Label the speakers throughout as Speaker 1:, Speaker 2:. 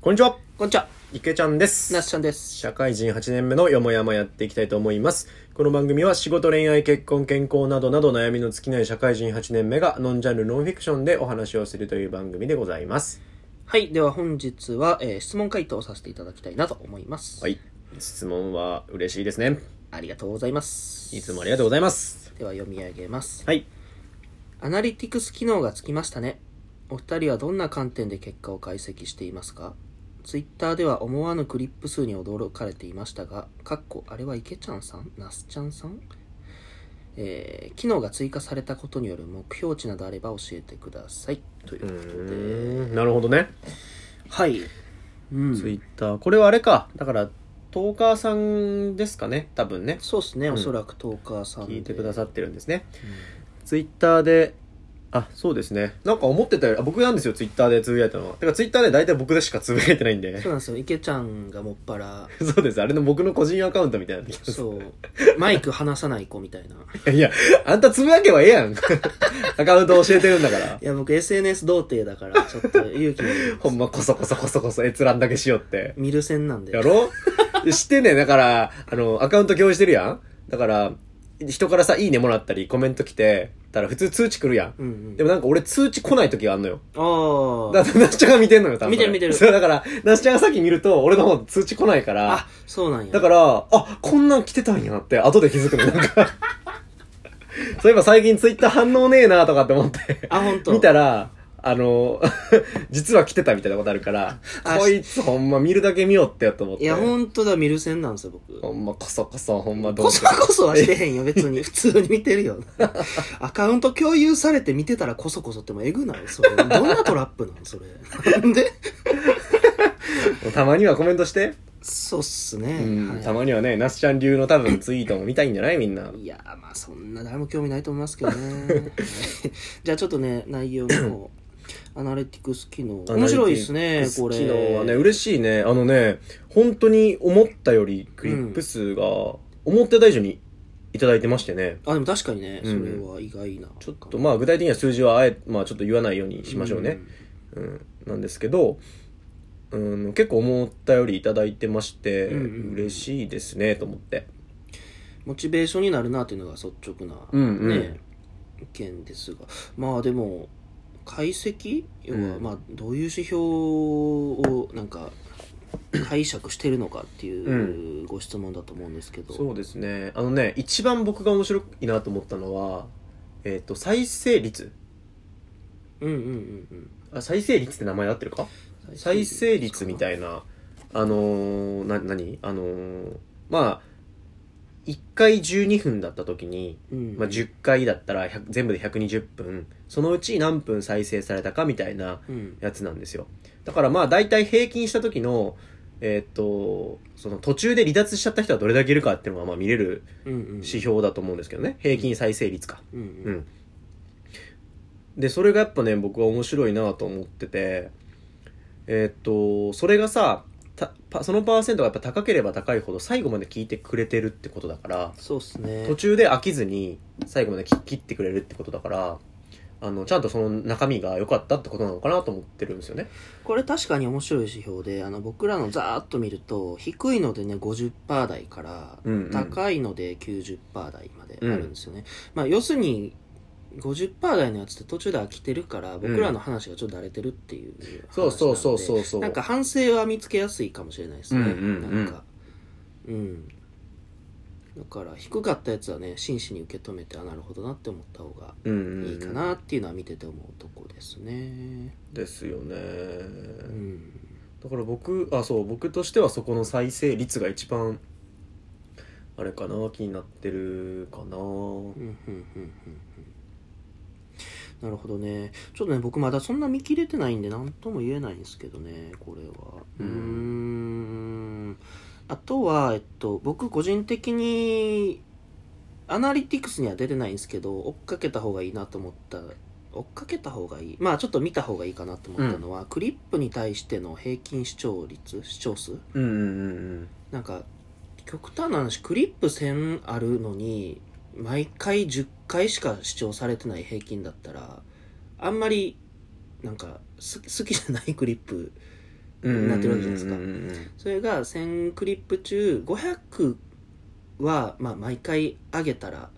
Speaker 1: こんにちは
Speaker 2: こんにちは、
Speaker 1: 池ちゃんです。
Speaker 2: なっしゃんです。
Speaker 1: 社会人8年目のよもやまやっていきたいと思います。この番組は仕事、恋愛、結婚、健康などなど悩みの尽きない社会人8年目がノンジャンルノンフィクションでお話をするという番組でございます。
Speaker 2: はい、では本日は、えー質問回答をさせていただきたいなと思います。
Speaker 1: はい。質問は嬉しいですね。
Speaker 2: ありがとうございます。
Speaker 1: いつもありがとうございます。
Speaker 2: では読み上げます。
Speaker 1: はい。
Speaker 2: アナリティクス機能がつきましたね。お二人はどんな観点で結果を解析していますかツイッターでは思わぬクリップ数に驚かれていましたが、かっこあれは池ちゃんさんなすちゃんさんえー機能が追加されたことによる目標値などあれば教えてください。といううことで。
Speaker 1: ん、なるほどね。
Speaker 2: はい。うん。
Speaker 1: ツイッター。これはあれか。だから、トーカーさんですかね。多分ね。
Speaker 2: そうですね、
Speaker 1: ん
Speaker 2: おそらくトーカーさんで
Speaker 1: 聞いてくださってるんですね。
Speaker 2: うん
Speaker 1: ツイッターで、あ、そうですね。なんか思ってたより、あ僕なんですよ、ツイッターでつぶやいたのは。てか、ツイッターで大体僕でしかつぶやいてないんで
Speaker 2: そ。うなんですよ池ちゃんがもっ ぱら
Speaker 1: そうです。あれの僕の個人アカウントみたいになってきた
Speaker 2: そうマイク離さない子みたいない
Speaker 1: や、あんたつぶやけばええ やん。アカウント教えてるんだから。
Speaker 2: いや僕 SNS 童貞だからちょっと勇気
Speaker 1: ほんま、こそこそこそこそ閲覧だけしよって。
Speaker 2: 見る線なんで
Speaker 1: やろしてね、だから、あの、アカウント共有してるやん。だから、人からさ、いいねもらったり、コメント来て、たら普通通知来るやん。
Speaker 2: うんうん
Speaker 1: でもなんか俺通知来ない時があんのよ。
Speaker 2: あ
Speaker 1: だ
Speaker 2: あ
Speaker 1: から、ナスちゃんが見てんのよ、多分。
Speaker 2: 見てる見てる
Speaker 1: そう、だから、ナスちゃんがさっき見ると、俺の方通知来ないから
Speaker 2: あ、そうなんや
Speaker 1: だから、あ、こんなん来てたんやって、後で気づくの、なんか。 そういえば最近ツイッター反応ねえなとかって思って、
Speaker 2: あ本当
Speaker 1: 見たら、あの、 実は来てたみたいなことあるから、
Speaker 2: あ
Speaker 1: こいつほんま見るだけ見よってやと思って。
Speaker 2: いや本当だ見る線なんですよ僕
Speaker 1: ほんま、こそこそ、ほんま、どう
Speaker 2: こ
Speaker 1: し
Speaker 2: そこそはしてへんよ別に普通に見てるよ アカウント共有されて見てたらこそこそってもうえぐないそれどんなトラップなのそれなんで
Speaker 1: たまにはコメントして。
Speaker 2: そうっすね、
Speaker 1: うん
Speaker 2: はい
Speaker 1: たまにはね、ナスちゃん流の多分ツイートも見たいんじゃないみんな。
Speaker 2: いやーまあそんな誰も興味ないと思いますけど ねじゃあちょっとね内容の 方アナリティクス機能面白いですねこれ
Speaker 1: 機能はね、嬉しいね。あのね、本当に思ったよりクリップ数が、思ってた以上にいただいてましてね。
Speaker 2: あでも確かにねそ
Speaker 1: うん
Speaker 2: れは意外な、
Speaker 1: ちょっとまあ具体的には数字はあえ、まあちょっと言わないようにしましょうね。うん、なんですけど、うん、結構思ったよりいただいてまして、
Speaker 2: うんうんうん
Speaker 1: 嬉しいですね、と思って。
Speaker 2: モチベーションになるなっていうのが率直な、
Speaker 1: うんうん
Speaker 2: ね意見ですがまあでも解析要は、
Speaker 1: うん
Speaker 2: まあどういう指標をなんか解釈してるのかっていうご質問だと思うんですけど、
Speaker 1: そうですね。あのね、一番僕が面白いなと思ったのは、えっ、と、再生率。
Speaker 2: うんうんうんうん
Speaker 1: あ、再生率って名前合ってるか再生率みたいな、あのー、な、何あのー、まあ、1回12分だった時に、
Speaker 2: うん
Speaker 1: まあ、10回だったら100全部で120分、そのうち何分再生されたかみたいな
Speaker 2: うん
Speaker 1: やつなんですよ。だからまあ、大体平均した時の、えーっと、その途中で離脱しちゃった人はどれだけいるかっていうのがまあ見れる
Speaker 2: うんうん、
Speaker 1: 指標だと思うんですけどね。平均再生率か。
Speaker 2: うん
Speaker 1: う
Speaker 2: うん
Speaker 1: ん。で、それがやっぱね、僕は面白いなと思ってて、えーっと、それがさ、たパそのパーセントがやっぱ高ければ高いほど最後まで聞いてくれてるってことだから、
Speaker 2: そうっすね
Speaker 1: 途中で飽きずに最後までき切ってくれるってことだから、あの、ちゃんとその中身が良かったってことなのかなと思ってるんですよね。
Speaker 2: これ確かに面白い指標であの僕らのざーっと見ると低いのでね50%台から、
Speaker 1: うんうん
Speaker 2: 高いので90%台まであるんですよね、まあ要するに50%台のやつって途中で飽きてるから僕らの話がちょっとだれてるっていう話なので
Speaker 1: そうそうそうそうそう。
Speaker 2: なんか反省は見つけやすいかもしれないですね、
Speaker 1: うんうんうん
Speaker 2: なんかうんだから低かったやつはね真摯に受け止めてあなるほどなって思った方が
Speaker 1: うんうんうん
Speaker 2: いいかなっていうのは見てて思うとこですね
Speaker 1: ですよね。
Speaker 2: うん
Speaker 1: だから僕あそう僕としてはそこの再生率が一番あれかな気になってるかな
Speaker 2: うんうんうんうんうんなるほどねちょっとね僕まだそんな見切れてないんで何とも言えないんですけどねこれはう
Speaker 1: う
Speaker 2: ー
Speaker 1: ん
Speaker 2: んあとはえっと僕個人的にアナリティクスには出てないんですけど追っかけた方がいいなと思った追っかけた方がいいまあちょっと見た方がいいかなと思ったのは、クリップに対しての平均視聴率視聴数
Speaker 1: うんうんうん
Speaker 2: なんか極端な話クリップ1000あるのに毎回10回しか視聴されてない平均だったらあんまりなんかす好きじゃないクリップなってるわけじゃないですか
Speaker 1: うんうんうんうん
Speaker 2: それが1000クリップ中500は、まあ、毎回上げたら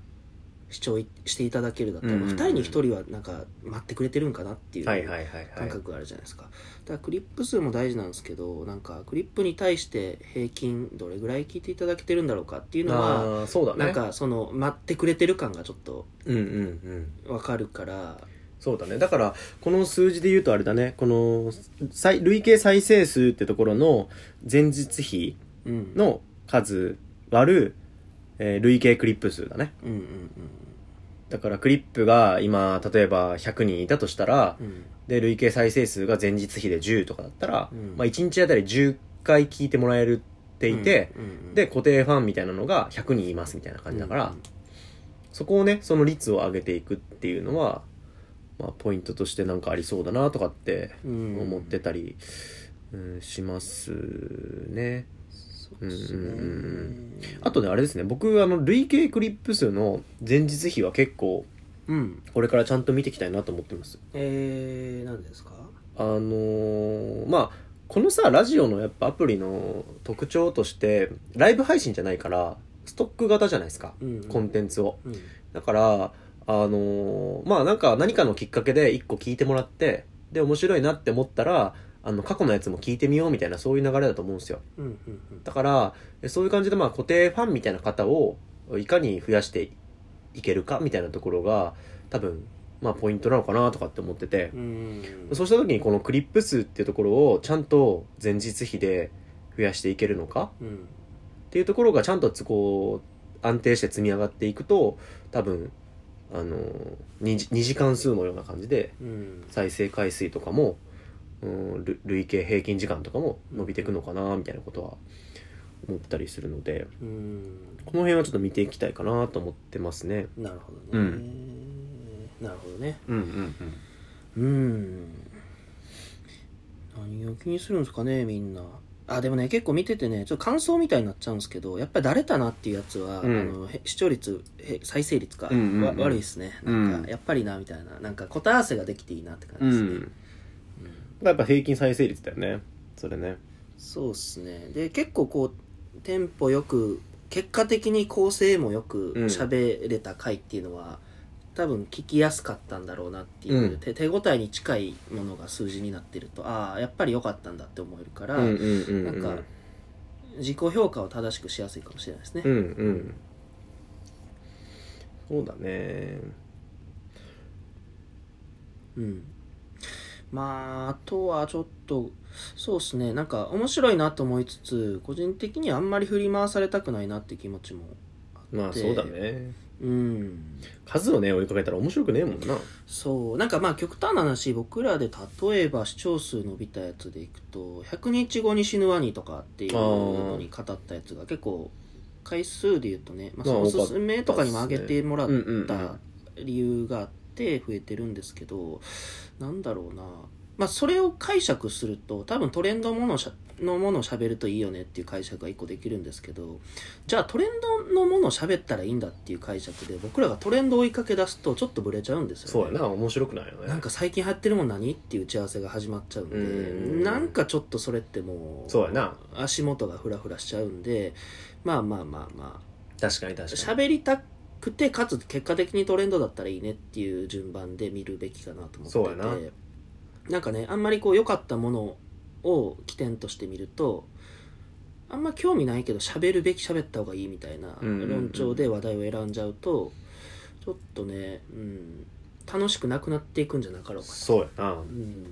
Speaker 2: 視聴いしていただけるだったら、
Speaker 1: うんうんうん
Speaker 2: 2人に1人はなんか待ってくれてるんかなっていう
Speaker 1: はい
Speaker 2: 感
Speaker 1: はいはいはい
Speaker 2: 覚があるじゃないですか、だからクリップ数も大事なんですけどなんかクリップに対して平均どれぐらい聞いていただけてるんだろうかっていうの
Speaker 1: あ
Speaker 2: は
Speaker 1: ーそうだね
Speaker 2: なんかその待ってくれてる感がちょっと
Speaker 1: うんうんうん
Speaker 2: わかるから
Speaker 1: そうだねだからこの数字で言うとあれだねこの再累計再生数ってところの前日比
Speaker 2: うん
Speaker 1: の数割る、えー累計クリップ数だね
Speaker 2: うんうん
Speaker 1: だからクリップが今例えば100人いたとしたら
Speaker 2: うんうん
Speaker 1: で累計再生数が前日比で10とかだったら、
Speaker 2: うん
Speaker 1: まあ、1日あたり10回聞いてもらえるっていて、
Speaker 2: うんうんうん
Speaker 1: で固定ファンみたいなのが100人いますみたいな感じだから、
Speaker 2: うんうん
Speaker 1: そこをねその率を上げていくっていうのは、まあ、ポイントとしてなんかありそうだなとかって
Speaker 2: うん
Speaker 1: 思ってたり、うんしますね
Speaker 2: そうです
Speaker 1: う
Speaker 2: ね
Speaker 1: んうんあとねあれですね僕あの累計クリップ数の前日比は結構
Speaker 2: うん
Speaker 1: これからちゃんと見ていきたいなと思ってます
Speaker 2: えー、何ですか
Speaker 1: あのーまあこのさラジオのやっぱアプリの特徴としてライブ配信じゃないからストック型じゃないですか、
Speaker 2: うん
Speaker 1: コンテンツを
Speaker 2: うん
Speaker 1: だから、あのーまあなんか何かのきっかけで一個聞いてもらって、で、面白いなって思ったら、あの、過去のやつも聞いてみようみたいなそういう流れだと思うんですよ。
Speaker 2: うんうんうん
Speaker 1: だから、えそういう感じでまあ固定ファンみたいな方をいかに増やしていけるかみたいなところが、多分、まあポイントなのかなとかって思ってて、
Speaker 2: うん
Speaker 1: そうした時にこのクリップ数っていうところをちゃんと前日比で増やしていけるのか
Speaker 2: うん
Speaker 1: っていうところがちゃんとつこう安定して積み上がっていくと多分あの二次二次関数のような感じで
Speaker 2: うん
Speaker 1: 再生回数とかも、うん、る累計平均時間とかも伸びていくのかなみたいなことは思ったりするので
Speaker 2: うん
Speaker 1: この辺はちょっと見ていきたいかなと思ってますね。
Speaker 2: なるほどね、
Speaker 1: う
Speaker 2: なるほどね
Speaker 1: うんうんうん、
Speaker 2: うん何を気にするんですかねみんなあでもね結構見ててねちょっと感想みたいになっちゃうんですけどやっぱり誰だなっていうやつは、
Speaker 1: うん
Speaker 2: あのへ視聴率へ再生率か、
Speaker 1: うんうんうん
Speaker 2: わ悪いですねなん
Speaker 1: うん
Speaker 2: かやっぱりなみたいななんか答え合わせができていいなって感じですね、
Speaker 1: やっぱ平均再生率だよねそれね。
Speaker 2: そうですねで結構こうテンポよく結果的に構成もよく
Speaker 1: うん
Speaker 2: 喋れた回っていうのは、多分聞きやすかったんだろうなっていう、
Speaker 1: うん
Speaker 2: 手手応えに近いものが数字になってるとああやっぱり良かったんだって思えるから、
Speaker 1: うんうんうんうん
Speaker 2: なんか自己評価を正しくしやすいかもしれないですね
Speaker 1: うんうんそうだね
Speaker 2: うん、まああとはちょっとそうですねなんか面白いなと思いつつ個人的にはあんまり振り回されたくないなって気持ちも
Speaker 1: まあ
Speaker 2: で
Speaker 1: そうだね
Speaker 2: うん
Speaker 1: 数をね追いかけたら面白くねえもんな
Speaker 2: そうなんかまあ極端な話僕らで例えば視聴数伸びたやつでいくと「100日後に死ぬワニ」とかっていうのに語ったやつが結構回数で言うとね、まあ、
Speaker 1: まあ
Speaker 2: そ
Speaker 1: 多か
Speaker 2: のお
Speaker 1: った
Speaker 2: すすめとかにも上げてもらっ
Speaker 1: うんうんうん
Speaker 2: た理由があって増えてるんですけどなんだろうなまあそれを解釈すると多分トレンドものしゃのものを喋るといいよねっていう解釈が一個できるんですけどじゃあトレンドのものを喋ったらいいんだっていう解釈で僕らがトレンドを追いかけ出すとちょっとブレちゃうんですよね。
Speaker 1: そうやな面白くないよね
Speaker 2: なんか最近流行ってるもん何っていう打ち合わせが始まっちゃうんで
Speaker 1: うん
Speaker 2: なんかちょっとそれってもう
Speaker 1: そうやな
Speaker 2: 足元がフラフラしちゃうんでまあまあまあまあ
Speaker 1: 確かに確かに
Speaker 2: 喋りたくてかつ結果的にトレンドだったらいいねっていう順番で見るべきかなと思ってて
Speaker 1: そうやな
Speaker 2: なんかねあんまりこう良かったものを起点として見るとあんま興味ないけど喋るべき喋った方がいいみたいな
Speaker 1: うんうんうん
Speaker 2: 論調で話題を選んじゃうとちょっとね、うん、楽しくなくなっていくんじゃなかろうかと
Speaker 1: そうやな
Speaker 2: う、
Speaker 1: うん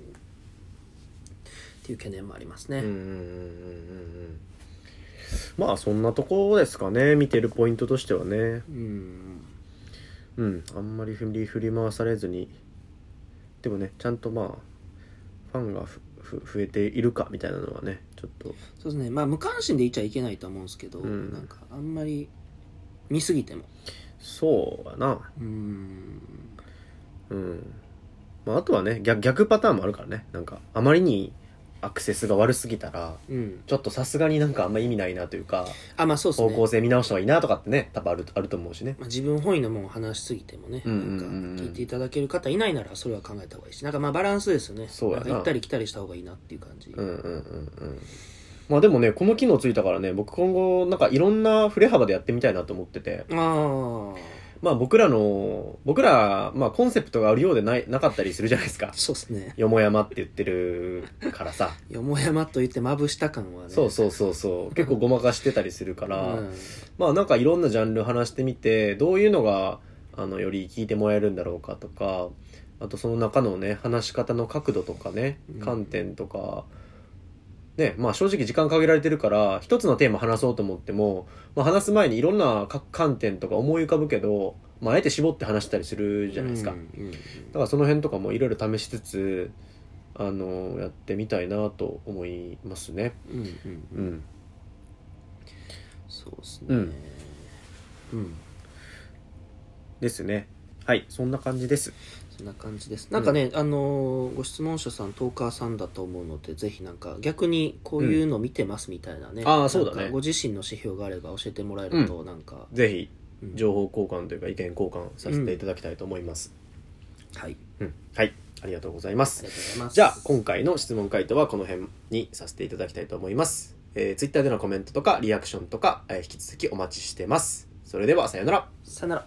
Speaker 2: っていう懸念もあります
Speaker 1: んうんうんうんう
Speaker 2: ね。
Speaker 1: んまあそんなとこですかね見てるポイントとしてはね
Speaker 2: うん、
Speaker 1: うんあんまり振り振り回されずにでもねちゃんとまあファンがふふ増えているかみたいなのはねちょっと
Speaker 2: そうですね、まあ無関心でいちゃいけないとは思うんですけど、
Speaker 1: うん
Speaker 2: なんかあんまり見すぎても、
Speaker 1: そうやな
Speaker 2: うん、
Speaker 1: うん。まあ、あとはね逆、逆パターンもあるからね。なんか、あまりにアクセスが悪すぎたら
Speaker 2: うん
Speaker 1: ちょっとさすがになんかあんま意味ないなというか
Speaker 2: あまあそうです
Speaker 1: 方
Speaker 2: ね
Speaker 1: 向性見直した方がいいなとかってね多分あるあると思うしね
Speaker 2: まあ、自分本位のもんを話しすぎてもね、
Speaker 1: うんうん
Speaker 2: な
Speaker 1: うんうん
Speaker 2: んか聞いていただける方いないならそれは考えた方がいいしなんかまあバランスですよね
Speaker 1: そうやな
Speaker 2: な
Speaker 1: ん
Speaker 2: か行ったり来たりした方がいいなっていう感じ、
Speaker 1: うんうんうんうんまあでもねこの機能ついたからね僕今後なんかいろんな振れ幅でやってみたいなと思ってて
Speaker 2: あ
Speaker 1: まあ僕らの僕ら、まあ、コンセプトがあるようでないなかったりするじゃないですか
Speaker 2: あそうですね
Speaker 1: よもやまって言ってるからさ
Speaker 2: よもやまと言ってまぶした感は ね
Speaker 1: そうそうそうそう結構ごまかしてたりするから、
Speaker 2: うん
Speaker 1: まあなんかいろんなジャンル話してみてどういうのがあのより聞いてもらえるんだろうかとかあとその中のね話し方の角度とかね
Speaker 2: うん
Speaker 1: 観点とか、ねまあ正直時間限られてるから一つのテーマ話そうと思っても、まあ、話す前にいろんな各観点とか思い浮かぶけど、まあ、あえて絞って話したりするじゃないですか、
Speaker 2: うんうん
Speaker 1: だからその辺とかもいろいろ試しつつあのやってみたいなと思いますね。
Speaker 2: うんうんうん
Speaker 1: うん
Speaker 2: そうですね
Speaker 1: うん
Speaker 2: うん
Speaker 1: ですね。はいそんな感じです。
Speaker 2: そんな感じですなんかね、あのーご質問者さんトーカーさんだと思うのでぜひなんか逆にこういうの見てますみたいなね、
Speaker 1: んあーそうだね
Speaker 2: なんかご自身の指標があれば教えてもらえるとなんか、
Speaker 1: ぜひ
Speaker 2: うん
Speaker 1: 情報交換というか意見交換させていただきたいと思います、
Speaker 2: はい
Speaker 1: うんはいありがとうございます
Speaker 2: ありがとうございます
Speaker 1: じゃあ今回の質問回答はこの辺にさせていただきたいと思います、えー、Twitter でのコメントとかリアクションとか、えー引き続きお待ちしてますそれではさようなら
Speaker 2: さよなら